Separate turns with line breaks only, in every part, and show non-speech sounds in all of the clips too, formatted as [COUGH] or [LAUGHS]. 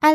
艾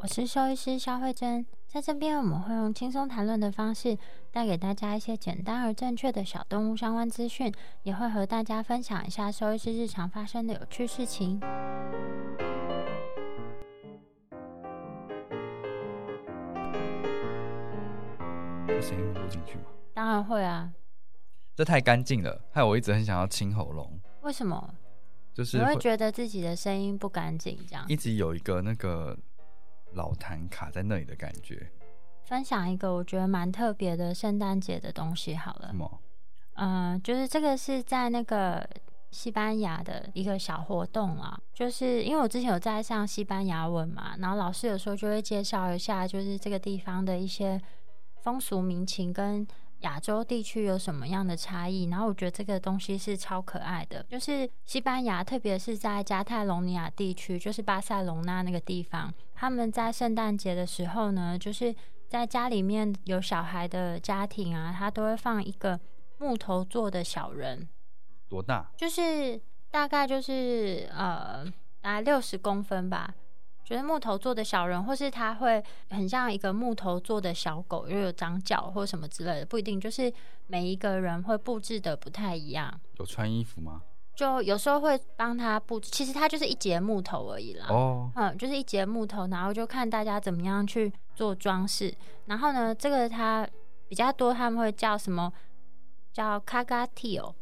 我是兽医师肖慧珍，在这边我们会用轻松谈论的方式，带给大家一些简单而正确的小动物相关资讯，也会和大家分享一下兽医师日常发生的有趣事情。
这声音录进去吗？
当然会啊，
这太干净了，害我一直很想要清喉咙，
为什么？
就是
你
会
会觉得自己的声音不干净，这样
一直有一个那个老痰卡在那里的感觉。
嗯分享一个我觉得蛮特别的圣诞节的东西好了
什。么？
嗯，就是这个是在那个西班牙的一个小活动啊，就是因为我之前有在上西班牙文嘛，然后老师有时候就会介绍一下，就是这个地方的一些风俗民情跟。亚洲地区有什么样的差异？然后我觉得这个东西是超可爱的，就是西班牙，特别是在加泰隆尼亚地区，就是巴塞隆纳那个地方，他们在圣诞节的时候呢，就是在家里面有小孩的家庭啊，他都会放一个木头做的小人，
多大？
就是大概就是呃，大概六十公分吧。就是木头做的小人，或是它会很像一个木头做的小狗，又有长角或什么之类的，不一定。就是每一个人会布置的不太一样，
有穿衣服吗？
就有时候会帮他布置，其实它就是一节木头而已啦。
哦，
嗯，就是一节木头，然后就看大家怎么样去做装饰。然后呢，这个它比较多，他们会叫什么？叫 k a g a t i o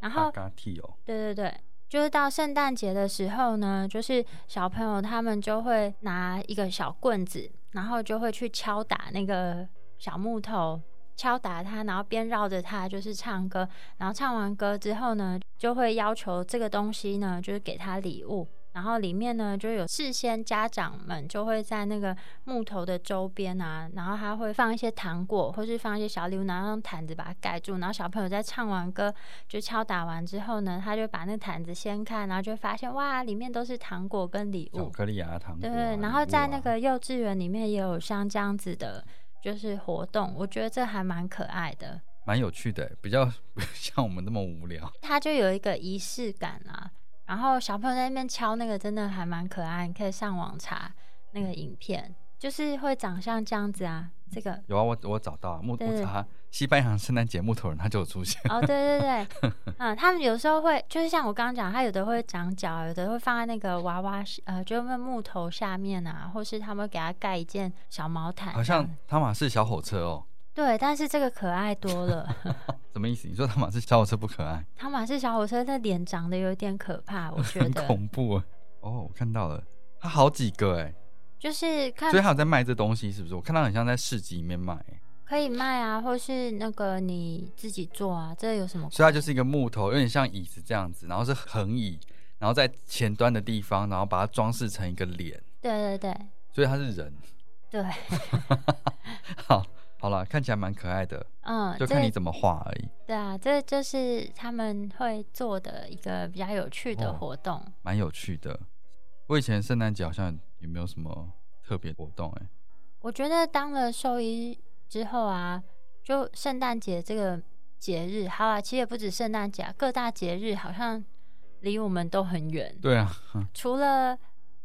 然后
阿嘎剃哦，
对对对，就是到圣诞节的时候呢，就是小朋友他们就会拿一个小棍子，然后就会去敲打那个小木头，敲打它，然后边绕着它就是唱歌，然后唱完歌之后呢，就会要求这个东西呢，就是给他礼物。然后里面呢，就有事先家长们就会在那个木头的周边啊，然后他会放一些糖果，或是放一些小礼物，然后用毯子把它盖住。然后小朋友在唱完歌，就敲打完之后呢，他就把那个毯子掀开，然后就发现哇，里面都是糖果跟礼
巧
物。
克力啊，糖果
对
啊、
对，
礼
然后
物
在
啊
那个幼稚园里面也有像这样子的，就是活动，我觉得这还蛮可爱的。
蛮有趣的，比较 [LAUGHS] 不像我们那么无聊。
它就有一个仪式感啦。然后小朋友在那边敲那个，真的还蛮可爱，你可以上网查那个影片，就是会长像这样子啊。这
[LAUGHS]
个
有啊，我我找到啊，木
对
我查西班牙圣诞节木头人，他就有出现。
哦，对对对，嗯，他们有时候会，就是像我刚刚讲，他有的会长脚，有的会放在那个娃娃，呃，就是那木头下面啊，或是他们会给他盖一件小毛毯这样，
[LAUGHS] 好像汤马士小火车哦，
对，但是这个可爱多了。
什么意思？你说汤马士小火车不可爱，
汤马士小火车的脸长得有点可
[LAUGHS]
怕，我觉
很
得
恐怖 [LAUGHS] 啊！哦，我看到了，它好几个哎，
就是看
所以他有在卖这东西是不是？我看到很像在市集里面卖欸，
可以卖啊，或是那个你自己做啊，这有什么？
所以它就是一个木头，有点像椅子这样子，然后是横椅，然后在前端的地方，然后把它装饰成一个脸，
对对对
所以它是人。 [LAUGHS]
对， [LAUGHS]
好，好了，看起来蛮可爱的，
嗯，
[LAUGHS] 就
这
看你
个
怎么画而已，
对啊，这就是他们会做的一个比较有趣的
哦
活动。
蛮有趣的。我以前圣诞节好像也没有什么特别活动、欸，哎，
我觉得当了兽医之后啊，就圣诞节这个节日，好啊，其实也不止圣诞节、啊，各大节日好像离我们都很远。
对啊，
除了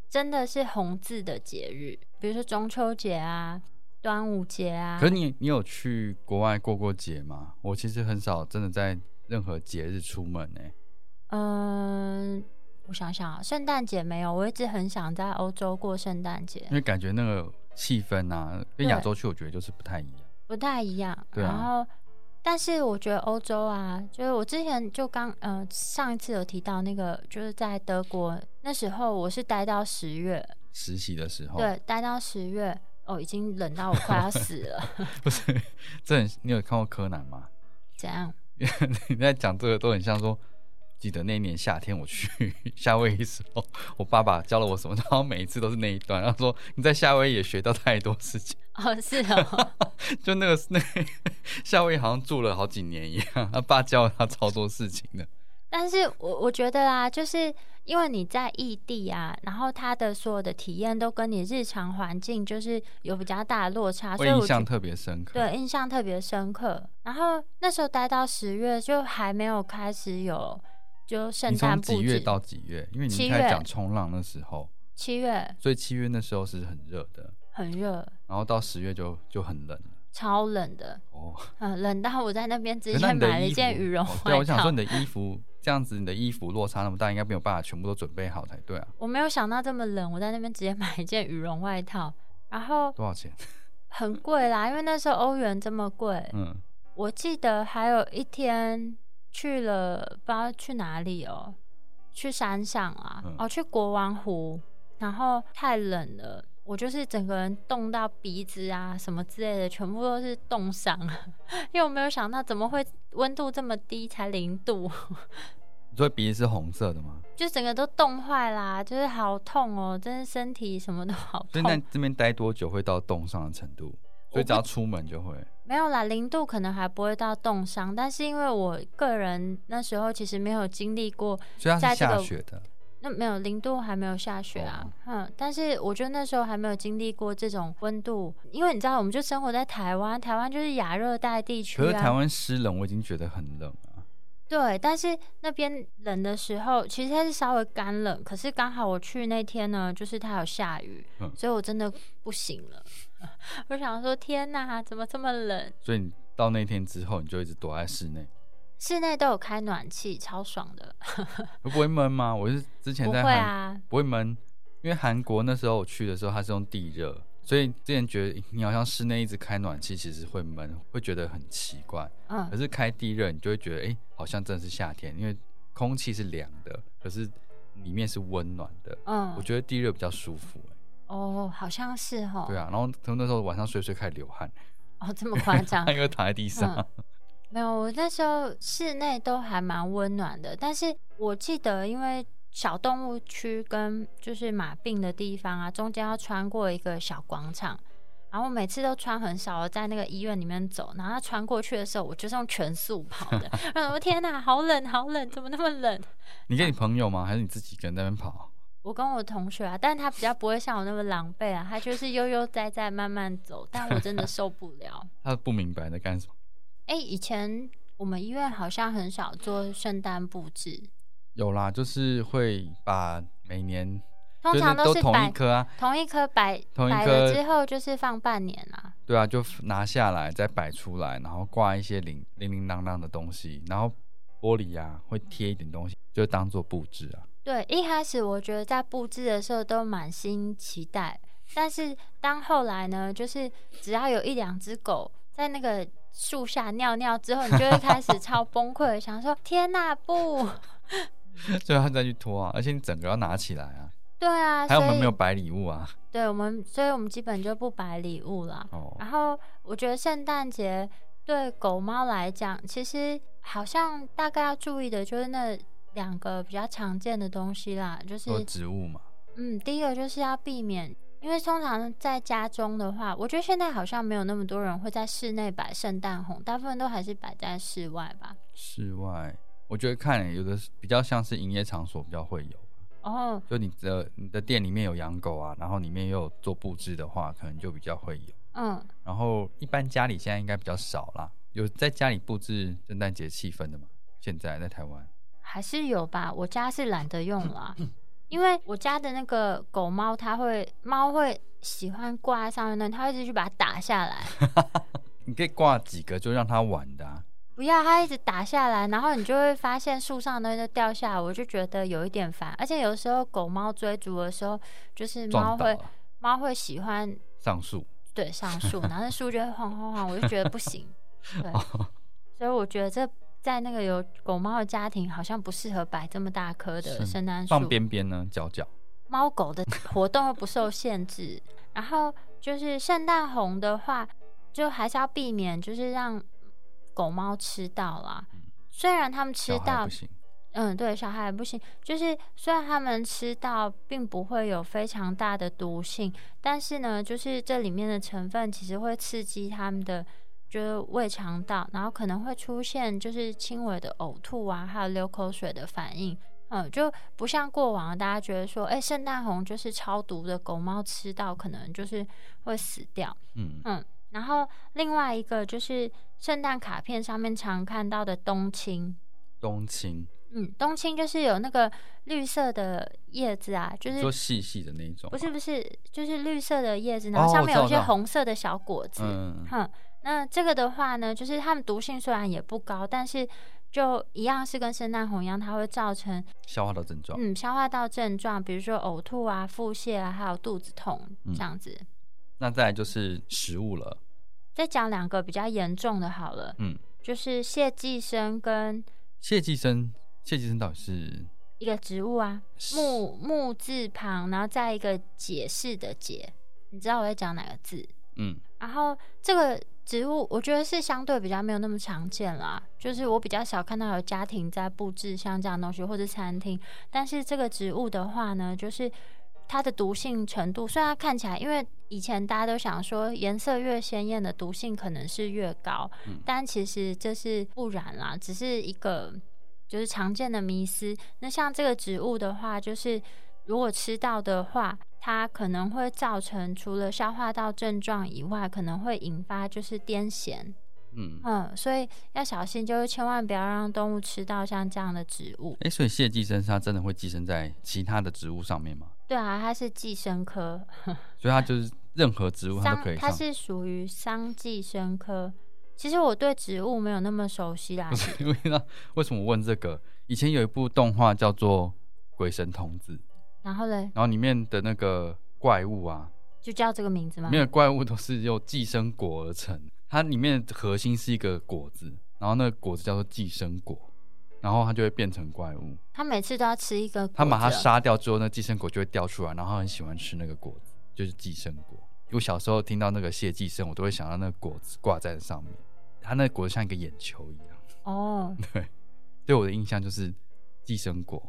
真的是红字的节日，比如说中秋节啊、端午节啊
可，是你你有去国外过过节吗？我其实很少真的在任何节日出门、欸，哎，
嗯、我想想啊，圣诞节没有，我一直很想在欧洲过圣诞节
嗯因。为感觉那个气氛啊，跟
对
亚洲区我觉得就是不太一样。
不太一样。
对啊
然后，但是我觉得欧洲啊，就是我之前就刚呃上一次有提到那个，就是在德国那时候，我是待到十月，
实习的时候，
对，待到十月，哦，已经冷到我快要死了，
[LAUGHS] 不是，这很你有看过柯南吗？ [LAUGHS]
怎样？
你在讲这个都很像说，记得那一年夏天我去 [LAUGHS] 夏威夷的时候，我爸爸教了我什么，然后每一次都是那一段，然后说你在夏威夷也学到太多事情，
哦，是哦，
就那个 [LAUGHS] 那夏威夷好像住了好几年一样，他爸教了他超多事情的，
啊但是我我觉得啊，就是因为你在异地啊，然后他的所有的体验都跟你日常环境就是有比较大的落差，
我
所以
印
我觉
象
得
特别深刻。
对，印象特别深刻。然后那时候待到十月，就还没有开始有就圣
你
诞
从
布
几
置
月，到几月？因为你
七
一开
月
始讲冲浪那时候，
七月
所以七月那时候是很热的，
很热，
然后到十月就就很冷了。
超冷的，
哦，
嗯，冷到我在那边直
可是那
接
你的
买了一
衣
件
服
羽绒
哦
外
对，
套。
我想说你的衣服这样子，你的衣服落差那么大，应该没有办法全部都准备好才对啊。
我没有想到这么冷，我在那边直接买一件羽绒外套，然后
多少钱？
很贵啦，因为那时候欧元这么贵。
嗯，
我记得还有一天去了，不知道去哪里哦，去山上啊，
嗯
哦，去国王湖，然后太冷了，我就是整个人冻到鼻子啊什么之类的，全部都是冻伤， [LAUGHS] 因为我没有想到怎么会温度这么低，才零度，
所以鼻子是红色的吗？
就整个都冻坏啦，就是好痛哦，真是身体什么都好痛
所以。在这边待多久会到冻上的程度？所以只要出门就会。
没有啦，零度可能还不会到冻伤，但是因为我个人那时候其实没有经历过
所以它是
在这
下
个
雪的，
那没有零度还没有下雪
哦
啊，嗯，但是我觉得那时候还没有经历过这种温度，因为你知道，我们就生活在台湾，台湾就是亚热带地区
可是台
啊，
湾湿冷，我已经觉得很冷啊。
对，但是那边冷的时候，其实它是稍微干冷，可是刚好我去那天呢，就是它有下雨，
嗯
所以我真的不行了， [LAUGHS] 我想说天哪，怎么这么冷？
所以你到那天之后，你就一直躲在室内，
室内都有开暖气，超爽的，
会不会闷吗？我是之前
[LAUGHS] 不
在
会
韩
啊，
不会闷，因为韩国那时候我去的时候，它是用地热，所以之前觉得你好像室内一直开暖气，其实会闷，会觉得很奇怪。
嗯
可，是开地热，你就会觉得，哎、好像真的是夏天，因为空气是凉的，可是里面是温暖的。
嗯
我，觉得地热比较舒服、哎
哦，好像是哦，
对啊，然后从那时候晚上睡睡开始流汗，
哦，这么夸张
[LAUGHS] 他，又躺在地上，
嗯没有，我那时候室内都还蛮温暖的，但是我记得因为小动物区跟就是马病的地方啊，中间要穿过一个小广场，然后我每次都穿很少的在那个医院里面走，然后它穿过去的时候，我就是用全速跑的，嗯，我天哪，好冷，好冷，怎么那么冷？
你跟你朋友吗？还是你自己一个人在那边跑？
我跟我同学啊，但他比较不会像我那么狼狈啊，他就是悠悠哉哉慢慢走，但我真的受不了。
他不明白在干什么。
哎、以前我们医院好像很少做圣诞布置。
有啦，就是会把每年
通常
就是
是
同
摆
一颗啊，
同一颗摆
同一
摆
颗
了之后就是放半年啦、
对啊，就拿下来再摆出来，然后挂一些零零零当当的东西，然后玻璃啊会贴一点东西，就当做布置啊。 [LAUGHS]
对，一开始我觉得在布置的时候都满心期待，但是当后来呢，就是只要有一两只狗在那个树下尿尿之后，你就会开始
[LAUGHS]
超崩溃，想说天哪、不，
所以他再去拖啊，而且你整个要拿起来啊。
对啊，
还有我
所
们
以
没有摆礼物啊？
对我们，所以我们基本就不摆礼物啦。
哦，
然后我觉得圣诞节对狗猫来讲，其实好像大概要注意的就是那两个比较常见的东西啦，就是
说植物嘛，
嗯，第一个就是要避免。因为通常在家中的话，我觉得现在好像没有那么多人会在室内摆圣诞红，大部分都还是摆在室外吧。
室外，我觉得看、欸有的是比较像是营业场所比较会有，
哦，
就你的你的店里面有养狗啊，然后里面又有做布置的话，可能就比较会有。
嗯，
然后一般家里现在应该比较少啦，有在家里布置圣诞节气氛的嘛？现在在台湾，
还是有吧。我家是懒得用啦，因为我家的那个狗猫，它会猫会喜欢挂在上面那，它会一直去把它打下来。
你可以挂几个就让它玩的、啊，
不要，它一直打下来，然后你就会发现树上的东西都掉下来，我就觉得有一点烦。而且有时候狗猫追逐的时候，就是猫
撞
嗯
到
会
了
猫会喜欢
上树，
对上树， [LAUGHS] 然后那树就会晃晃晃，我就觉得不
[LAUGHS]
行，对，
哦
所以我觉得这在那个有狗猫的家庭好像不适合摆这么大棵的
是
圣诞树，
放边边呢，角角。
猫狗的活动又不受限制，然后就是圣诞红的话，就还是要避免就是让狗猫吃到啦。虽然它们吃
嗯小孩
到
不，行，
嗯，对，小孩也不行。就是虽然它们吃到并不会有非常大的毒性，但是呢，就是这里面的成分其实会刺激它们的就是胃肠道，然后可能会出现就是轻微的呕吐啊，还有流口水的反应。嗯，就不像过往大家觉得说，哎、圣诞红就是超毒的，狗猫吃到可能就是会死掉。
嗯，
嗯，然后另外一个就是圣诞卡片上面常看到的冬青。
冬青，
嗯，冬青就是有那个绿色的叶子啊，就
你
是
说细细的那一种，
不是，不是，就是绿色的叶子，然后
哦
上
我
面有一
知道我
些
知道
红色的小果子。
嗯，
哼，那这个的话呢，就是它们毒性虽然也不高，但是就一样是跟圣诞红一样，它会造成
消化道症状，
嗯消化道症状，比如说呕吐啊、腹泻啊，还有肚子痛
嗯
这样子。
那再来就是食物了，
再讲两个比较严重的好了，
嗯，
就是蟹寄生跟
谢寄生，谢寄生到底是
一个植物啊，
是
木木字旁，然后再一个解释的解，你知道我在讲哪个字？
嗯
然后这个植物，我觉得是相对比较没有那么常见啦，就是我比较少看到有家庭在布置像这样的东西或者餐厅。但是这个植物的话呢，就是它的毒性程度，虽然它看起来，因为以前大家都想说颜色越鲜艳的毒性可能是越高，
嗯
但其实这是不然啦，只是一个就是常见的迷思。那像这个植物的话，就是如果吃到的话，它可能会造成除了消化道症状以外，可能会引发就是癫痫。
嗯，
嗯，所以要小心，就是千万不要让动物吃到像这样的植物。
哎，所以蟹寄生它真的会寄生在其他的植物上面吗？
对啊，它是寄生科，
所以它就是任何植物它都
桑
可以
它
上，
是属于桑寄生科。其实我对植物没有那么熟悉啦
[LAUGHS] 不，是 [LAUGHS] 因为那为什么我问这个？以前有一部动画叫做《鬼神童子》，
然后嘞，
然后里面的那个怪物啊，
就叫这个名字吗
没？有怪物都是由寄生果而成，它里面的核心是一个果子，然后那个果子叫做寄生果，然后它就会变成怪物。
它每次都要吃一个果子，
它把它杀掉之后，那寄生果就会掉出来，然后它很喜欢吃那个果子，就是寄生果。我小时候听到那个蟹寄生，我都会想到那个果子挂在上面，它那个果子像一个眼球一样。
哦。
对我的印象就是寄生果。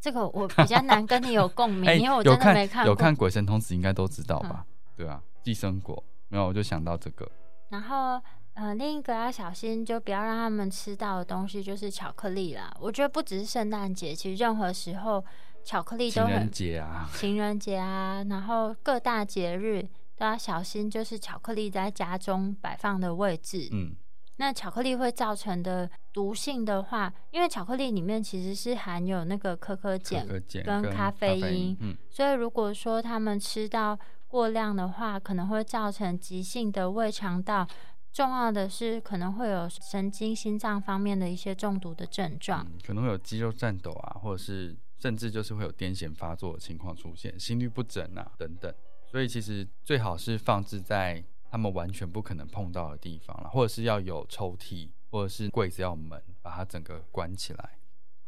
这个我比较难跟你有共鸣，
[LAUGHS]
因为我
哎有
真的没
看
过。嗯
有看《鬼神童子》应该都知道吧？对啊，寄生果没有，我就想到这个。
然后，呃，另一个要小心，就不要让他们吃到的东西就是巧克力啦。我觉得不只是圣诞节，其实任何时候巧克力
情
都
人
很，
节啊，
情人节啊，然后各大节日都要小心，就是巧克力在家中摆放的位置。
嗯，
那巧克力会造成的毒性的话，因为巧克力里面其实是含有那个可可
可
碱
可碱
跟咖啡
啡
因
嗯，
所以如果说他们吃到过量的话，可能会造成急性的胃肠道。重要的是，可能会有神经、心脏方面的一些中毒的症状。
嗯可能会有肌肉颤抖啊，或者是甚至就是会有癫痫发作的情况出现，心律不整啊等等。所以其实最好是放置在他们完全不可能碰到的地方了，或者是要有抽屉，或者是柜子要有门，把它整个关起来。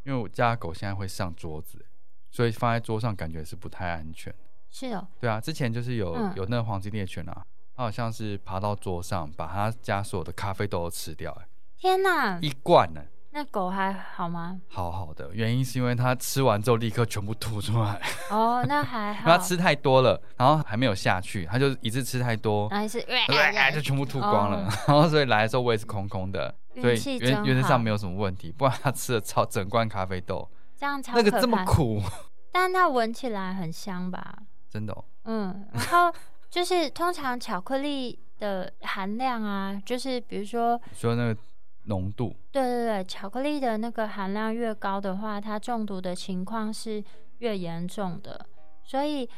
因为我家的狗现在会上桌子，所以放在桌上感觉是不太安全。
是哦，
对啊，之前就是有、
嗯
有那个黄金猎犬啊，它好像是爬到桌上，把它家所有的咖啡豆都吃掉、欸，
天哪！
一罐呢、
那狗还好吗？
好好的，原因是因为它吃完之后立刻全部吐出来， [LAUGHS]
哦，那还好。
它吃太多了，然后还没有下去，它就一次吃太多，
然后是，
[LAUGHS] 哎，就全部吐光了
哦。
[LAUGHS] 然后所以来的时候我也是空空的，
运
所
气
以
真
原原则
好
上没有什么问题。不然它吃了超整罐咖啡豆，
这样超
那个
可
这么
怕
苦，
但它闻起来很香吧？
真的、哦。
嗯，然后就是通常巧克力的含量啊，就是比如说，
你说那个浓度，
对对对，巧克力的那个含量越高的话，它中毒的情况是越严重的。所以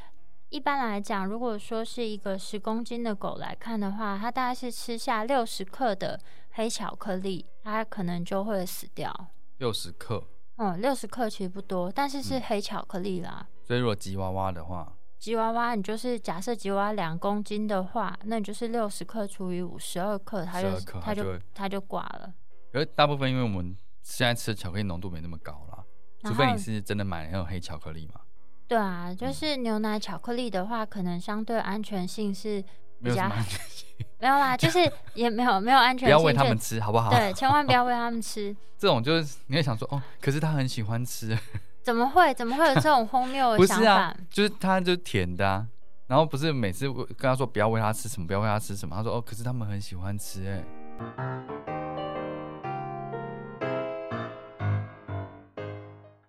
一般来讲，如果说是一个十公斤的狗来看的话，它大概是吃下六十克的黑巧克力，它可能就会死掉。
六十克，
嗯，六十克其实不多，但是是
嗯
黑巧克力啦。
所以如果吉娃娃的话，
吉娃娃，你就是假设吉娃娃两公斤的话，那你就是六十克除以五十二克，它就
12克
它
它就
就
会
它就挂了。
可是大部分因为我们现在吃的巧克力浓度没那么高啦，
然
除非
后
你是真的买那种黑巧克力嘛，
对啊，
嗯
就是牛奶巧克力的话，可能相对安全性是比
没有什
较
么 [LAUGHS] 安全，
[LAUGHS] 没有啦，就是 [LAUGHS] 也没有没有安全性，
不要喂他们
就
吃好不好？
对，千万不要喂他们吃。
这种就是你会想说哦，可是他很喜
[LAUGHS]
欢吃，
怎么会？怎么会有这种荒谬
[LAUGHS] 不
的想
是
法？
啊，就是他就是甜的啊。然后不是每次我跟他说不要喂他吃什么，不要喂他吃什么，他说哦，可是他们很喜欢吃哎、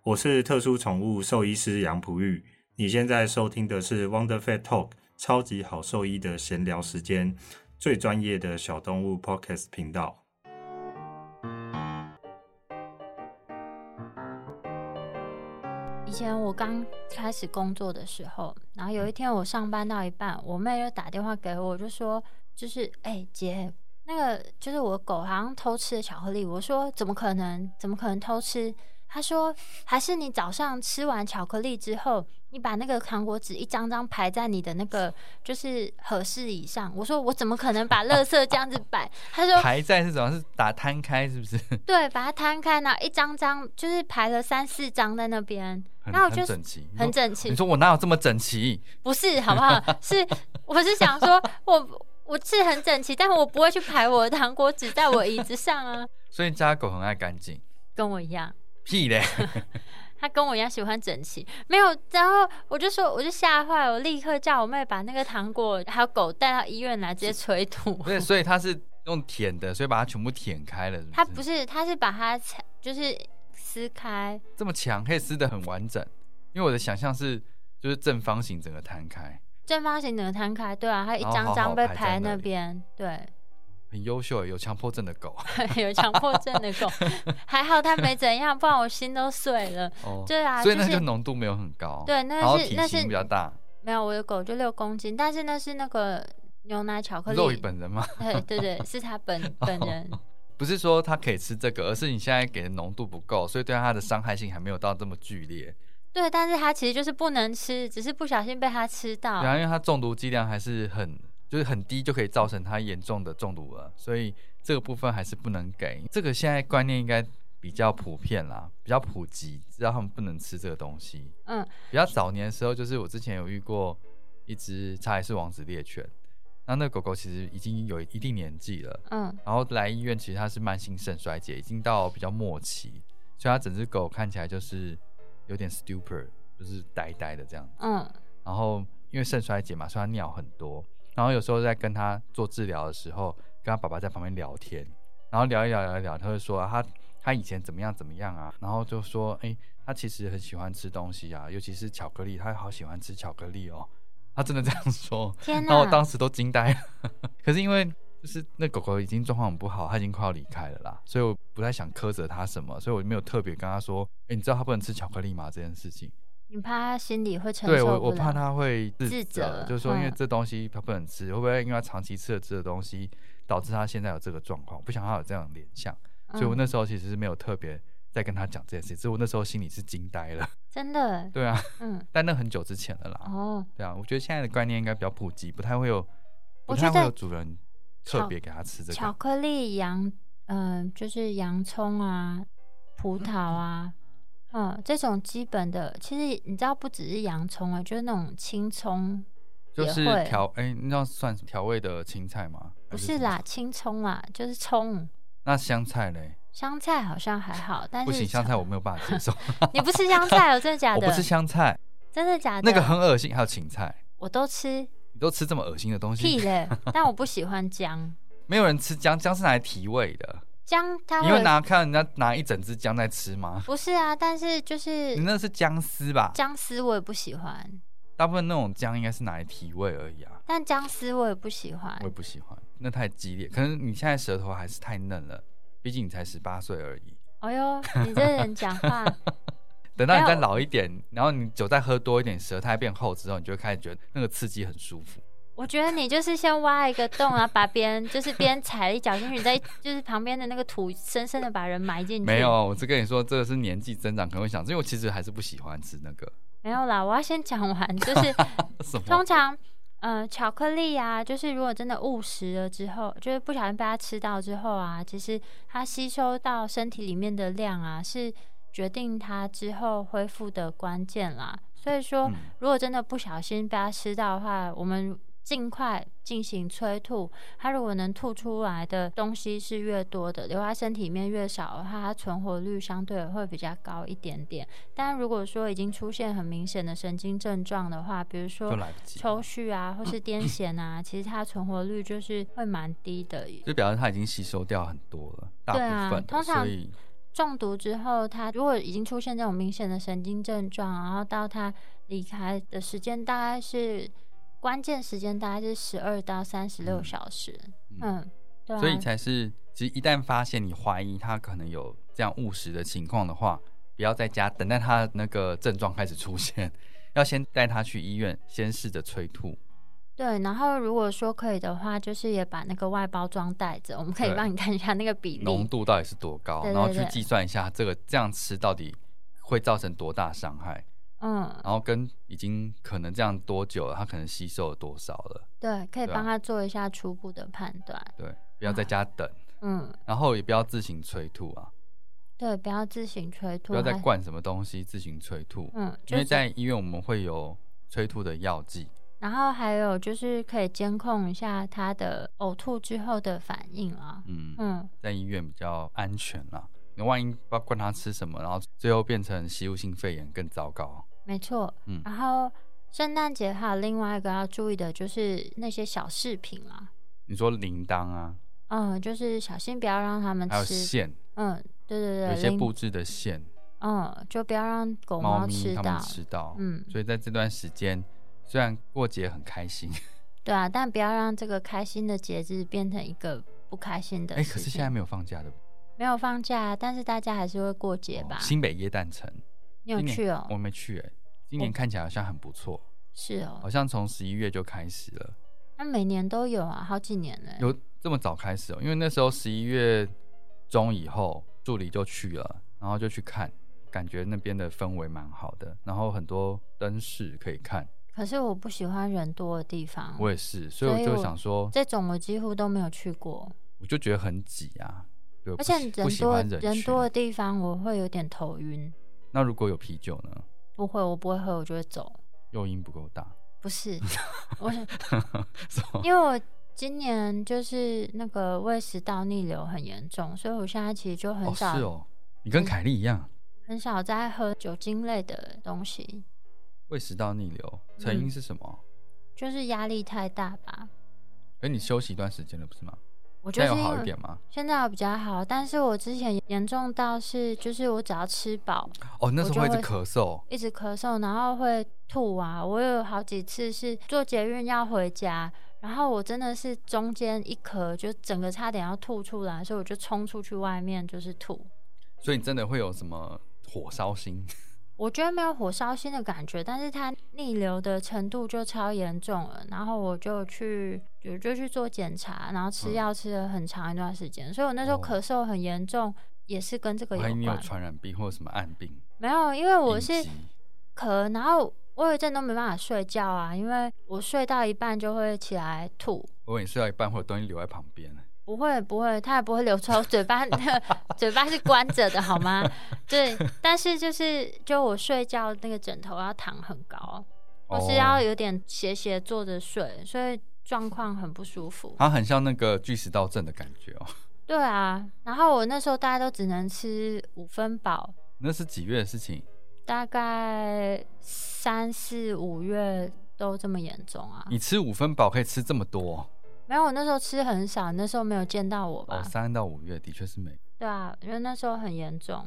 我是特殊宠物兽医师杨璞玉，你现在收听的是 Wonder Pet Talk 超级好兽医的闲聊时间，最专业的小动物 Podcast 频道。
以前我刚开始工作的时候，然后有一天我上班到一半，我妹就打电话给我，就说就是哎、姐，那个就是我狗好像偷吃了巧克力。我说怎么可能？怎么可能偷吃？她说还是你早上吃完巧克力之后，你把那个糖果纸一张张排在你的那个就是合适以上。我说我怎么可能把垃圾这样子摆？她
[LAUGHS]
说
排在是怎么样是打摊开是
[LAUGHS]
不是？
对，把它摊开，然后一张张就是排了三四张在那边，
很
然后我就
很整齐，
很
你说
整齐
你。说我哪有这么整齐？
不是，好不
[LAUGHS]
好？是，我是想说，我我是很整齐，但我不会去排我的糖果纸在我椅子上啊， [LAUGHS]
所以家狗很爱干净，
跟我一样。[LAUGHS]
屁嘞！
他跟我一样喜欢整齐，没有，然后我就说，我就吓坏了，我立刻叫我妹把那个糖果还有狗带到医院来，直接催
[LAUGHS]
吐。
对，所以它是用舔的，所以把它全部舔开了。
他不
是
是，他是把它拆就是撕开，
这么强，可以撕的很完整。因为我的想象是，就是正方形整个摊开，
正方形整个摊开，对啊，它一
然后
张
好
张
好
被
排在
排
那
那
里
边，对。
很优秀，欸有强迫症的狗。
[LAUGHS] 有强迫症的狗，还好它没怎样，不然我心都碎了。
[LAUGHS] 哦，
对啊，
所以
就
那
是
个浓度没有很高。
对那
然后
是
体
那是
型比较大。
没有我的狗就六公斤，但是那是那个牛奶巧克
肉鱼
力，
本人吗？ [LAUGHS]
对对对，是它本本人。
不是说它可以吃这个，而是你现在给的浓度不够，所以对它的伤害性还没有到这么剧烈。
对，但是它其实就是不能吃，只是不小心被它吃到
对。啊，因为它中毒剂量还是很，就是很低，就可以造成它严重的中毒了，所以这个部分还是不能给。这个现在观念应该比较普遍啦，比较普及，知道他们不能吃这个东西。
嗯，
比较早年的时候，就是我之前有遇过一只查理士王子猎犬，那那个狗狗其实已经有一定年纪了，
嗯，
然后来医院其实它是慢性肾衰竭，已经到比较末期，所以它整只狗看起来就是有点 stupor，就是呆呆的这样子。
嗯，
然后因为肾衰竭嘛，所以他尿很多。然后有时候在跟他做治疗的时候，跟他爸爸在旁边聊天，然后聊一聊聊一聊，他会说、啊、他他以前怎么样怎么样啊，然后就说哎、他其实很喜欢吃东西啊，尤其是巧克力，他好喜欢吃巧克力哦。他真的这样说，
天
然后我
哪！
当时都惊呆了。 [LAUGHS] 可是因为就是那狗狗已经状况很不好，它已经快要离开了啦，所以我不太想苛责它什么，所以我没有特别跟它说，哎、你知道它不能吃巧克力吗？这件事情。
你怕它心里会承受
对
不了
我，我怕他会
自
自
责
责，就是说因为
嗯
这东西他不能吃，会不会因为他长期吃了这个东西，导致他现在有这个状况？不想他有这样的联想，所以我
嗯
那时候其实是没有特别在跟他讲这件事情，只是我那时候心里是惊呆
[LAUGHS]
了。
真的，
对啊，
嗯，
但那很久之前了啦。
哦，
对啊，我觉得现在的观念应该比较普及，不太会有，
我
不
觉
太会
得
有主人特
巧
别给他吃 [LAUGHS] 这
巧
个。
克力、洋，嗯、就是洋葱啊、葡
嗯
萄啊，嗯，这种基本的，其实你知道，不只是洋葱啊、就是那种青葱，
就
也
是
会
调哎，那要算调味的青菜吗？还
不
什
是
么
啦，，青葱啦，就是葱。
那香菜嘞？
香菜好像还好，但是
不行，香菜
草
我没有办法接受，
你不吃香
[LAUGHS]
菜哦，真的 [LAUGHS] 假
我
的？
不吃香菜，
真的假的？
那个很恶心。还有芹菜，
我都吃
你都吃这么恶心的东
屁
西，
嘞，但我不喜欢姜，
没有人吃姜，姜是拿来提味的。
姜它
你会
会
拿看人家拿一整只姜在吃吗？
不是啊，但是就
你
是
那是姜丝吧？
姜丝我也不喜欢，
大部分那种姜应该是拿来提味而已啊，
但姜丝我也不喜欢
我也，不喜欢，那太激烈。可能你现在舌头还是太嫩了，毕竟你才十八岁而已。
哎呦，你这人讲话，
等到你
没
再
有
老一点，然后你酒再喝多一点，舌苔变厚之后，你就会开始觉得那个刺激很舒服。
我觉得你就是先挖一个洞啊，然后把别人就是别人踩了一脚进去，你再就是旁边的那个土深深的把人埋进去。
没有，我是跟你说，这个是年纪增长可能会想，因为我其实还是不喜欢吃那个，
没有啦，我要先讲完，
[LAUGHS]
就是
什么
通？常，呃，巧克力啊，就是如果真的误食了之后，就是不小心被它吃到之后啊，其实它吸收到身体里面的量啊，是决定它之后恢复的关键啦。所以说，
嗯
如果真的不小心被它吃到的话，我们尽快进行催吐。它如果能吐出来的东西是越多的，留在身体里面越少的话，它存活率相对会比较高一点点。但如果说已经出现很明显的神经症状的话，比如
就
说
来不及了，
抽搐啊，或是癫痫啊，其实它的存活率就是会蛮低的。
就表示它已经吸收掉很多了，大
对啊
部分的、
通常
所以
中毒之后，它如果已经出现这种明显的神经症状，然后到它离开的时间大概是关键时间，大概是十二到三十六
嗯
小时。
嗯
嗯，对啊，
所以才是，其实一旦发现你怀疑他可能有这样误食的情况的话，不要在家等待他那个症状开始出现，要先带他去医院，先试着催吐。
对，然后如果说可以的话，就是也把那个外包装带着，我们可以
对
帮你看一下那个比
浓
例。
度到底是多高，
对对
然后去
对
计算一下这个这样吃到底会造成多大伤害，
嗯，
然后跟已经可能这样多久了，他可能吸收了多少了，
对，可以
对啊
帮他做一下初步的判断。
对，不要在家等，
嗯，
然后也不要自行催吐啊，
对，不要自行催吐，
不要再
还
灌什么东西自行催吐，
嗯，
因
就
为
是
在医院我们会有催吐的药剂，
然后还有就是可以监控一下他的呕吐之后的反应啊。
嗯，
嗯，
在医院比较安全啦。你万一不知道灌他吃什么，然后最后变成吸入性肺炎更糟糕，
没错。
嗯
然后圣诞节还有另外一个要注意的就是那些小饰品啊，
你说铃铛啊，
嗯，就是小心不要让他们
还有
吃。
线，
嗯，对对
有
对，
些
拎
布置的线，
嗯，就不要让狗
猫
猫
咪
吃
它们
到。
吃到，
嗯，
所以在这段时间，虽然过节很开心，
对啊，但不要让这个开心的节日变成一个不开心的
哎、
事
可是
情。
现在没有放假的，
没有放假，啊但是大家还是会过节吧？
哦新北耶诞城，
你有
今年
去哦？
我没去哎、今年看起来好像很不错，
是哦
好，像从十一月就开始了，
那每年都有啊，好几年了。
有这么早开始哦、因为那时候十一月中以后，助理就去了，然后就去看，感觉那边的氛围蛮好的，然后很多灯饰可以看，
可是我不喜欢人多的地方，
我也是，所以
嗯所以
我就
我
想说，
这种我几乎都没有去过，
我就觉得很挤啊。对
而
不
且
喜不
人
喜
多
欢
人
群啊
多的地方我会有点头晕。
那如果有啤酒呢？
不会，我不会喝，我就会走。
诱因不够大， [LAUGHS]
不是，我是
什么
因为我今年就是那个胃食道逆流很严重，所以我现在其实就很
哦
少、嗯
是哦，你跟凯莉一样，
很少在喝酒精类的东西，
胃食道逆流，
嗯
成因是什么？
就是压力太大吧。
哎、你休息一段时间了不是吗？
我就
现
是
在有
因
好一
为
点吗？
现在有比较好，但是我之前严重到是，就是我只要吃饱，
哦，那时候
我
会一
就
直
会
咳嗽，
一直咳嗽，然后会吐啊。我有好几次是坐捷运要回家，然后我真的是中间一咳，就整个差点要吐出来，所以我就冲出去外面就是吐。
所以你真的会有什么火烧心？
我觉得没有火烧心的感觉，但是它逆流的程度就超严重了。然后我就去，我就去做检查，然后吃
嗯
药吃了很长一段时间，所以我那时候
哦
咳嗽很严重，也是跟这个有
我还以为你有
关。
传染病或者什么暗病？
没有，因为我
隐
是
疾
咳，然后我有一阵都没办法睡觉啊，因为我睡到一半就会起来吐。
我以为你睡到一半会有东西留在旁边，
不会，不会，它也不会流出来，我嘴巴 [LAUGHS] 嘴巴是关着的，好
[LAUGHS]
吗？对，但是就是就我睡觉那个枕头要躺很高，我是要
哦
有点斜斜坐着睡，所以状况很不舒服。
它很像那个巨石道症的感觉哦。 [LAUGHS]
对啊，然后我那时候大家都只能吃五分饱，
那是几月的事情？
大概三四五月都这么严重啊。
你吃五分饱可以吃这么多哦？
没有，我那时候吃很少，你那时候没有见到我吧？
哦，三到五月的确是没。
对啊，因为那时候很严重，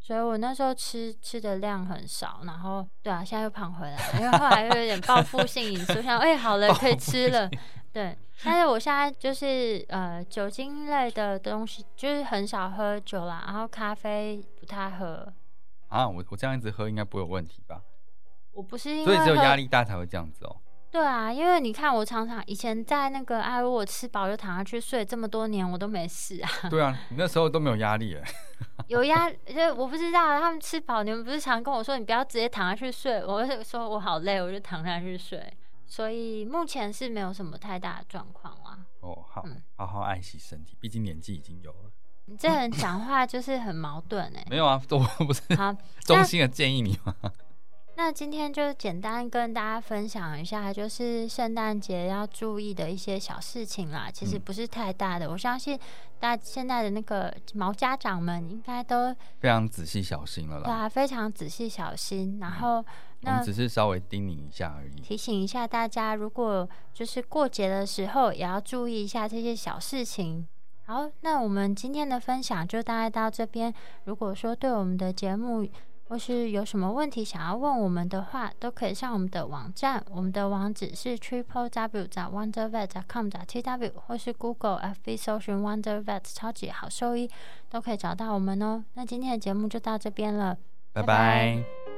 所以我那时候吃吃的量很少，然后对啊，现在又胖回来了，因为后来又有点报复性饮
[LAUGHS]
食，我想哎、好了可以吃了，对。但是我现在就是呃酒精类的东西，就是很少喝酒啦，然后咖啡不太喝。
啊，我我这样一直喝应该不会有问题吧？
我不是因
所
为
以只有
喝
压力大才会这样
[LAUGHS]
子哦。
对啊，因为你看我常常以前在那个哎我吃饱就躺下去睡这么多年我都没事啊，
对啊，你那时候都没有压力哎。
有压，就我不知道啊他们吃饱，你们不是常跟我说你不要直接躺下去睡，我就说我好累，我就躺下去睡。所以目前是没有什么太大的状况啊。
哦，好
嗯，
好好爱惜身体，毕竟年纪已经有了。
你这人讲话就是很矛盾哎、
没有啊，我我不是
好，
[LAUGHS] 衷心的建议你吗？
那今天就简单跟大家分享一下，就是圣诞节要注意的一些小事情啦。其实
嗯
不是太大的，我相信大现在的那个毛家长们应该都
非常仔细小心了
对
啦，
啊非常仔细小心。然后
嗯我
那
们只是稍微叮咛一下而已。
提醒一下大家，如果就是过节的时候，也要注意一下这些小事情。好，那我们今天的分享就大概到这边。如果说对我们的节目或是有什么问题想要问我们的话，都可以上我们的网站，我们的网址是 triple w 点 wonder vet com 点 t w，或是 Google FB 搜寻 wonder vet 超级好兽医，都可以找到我们哦。那今天的节目就到这边了。
拜
拜拜
拜。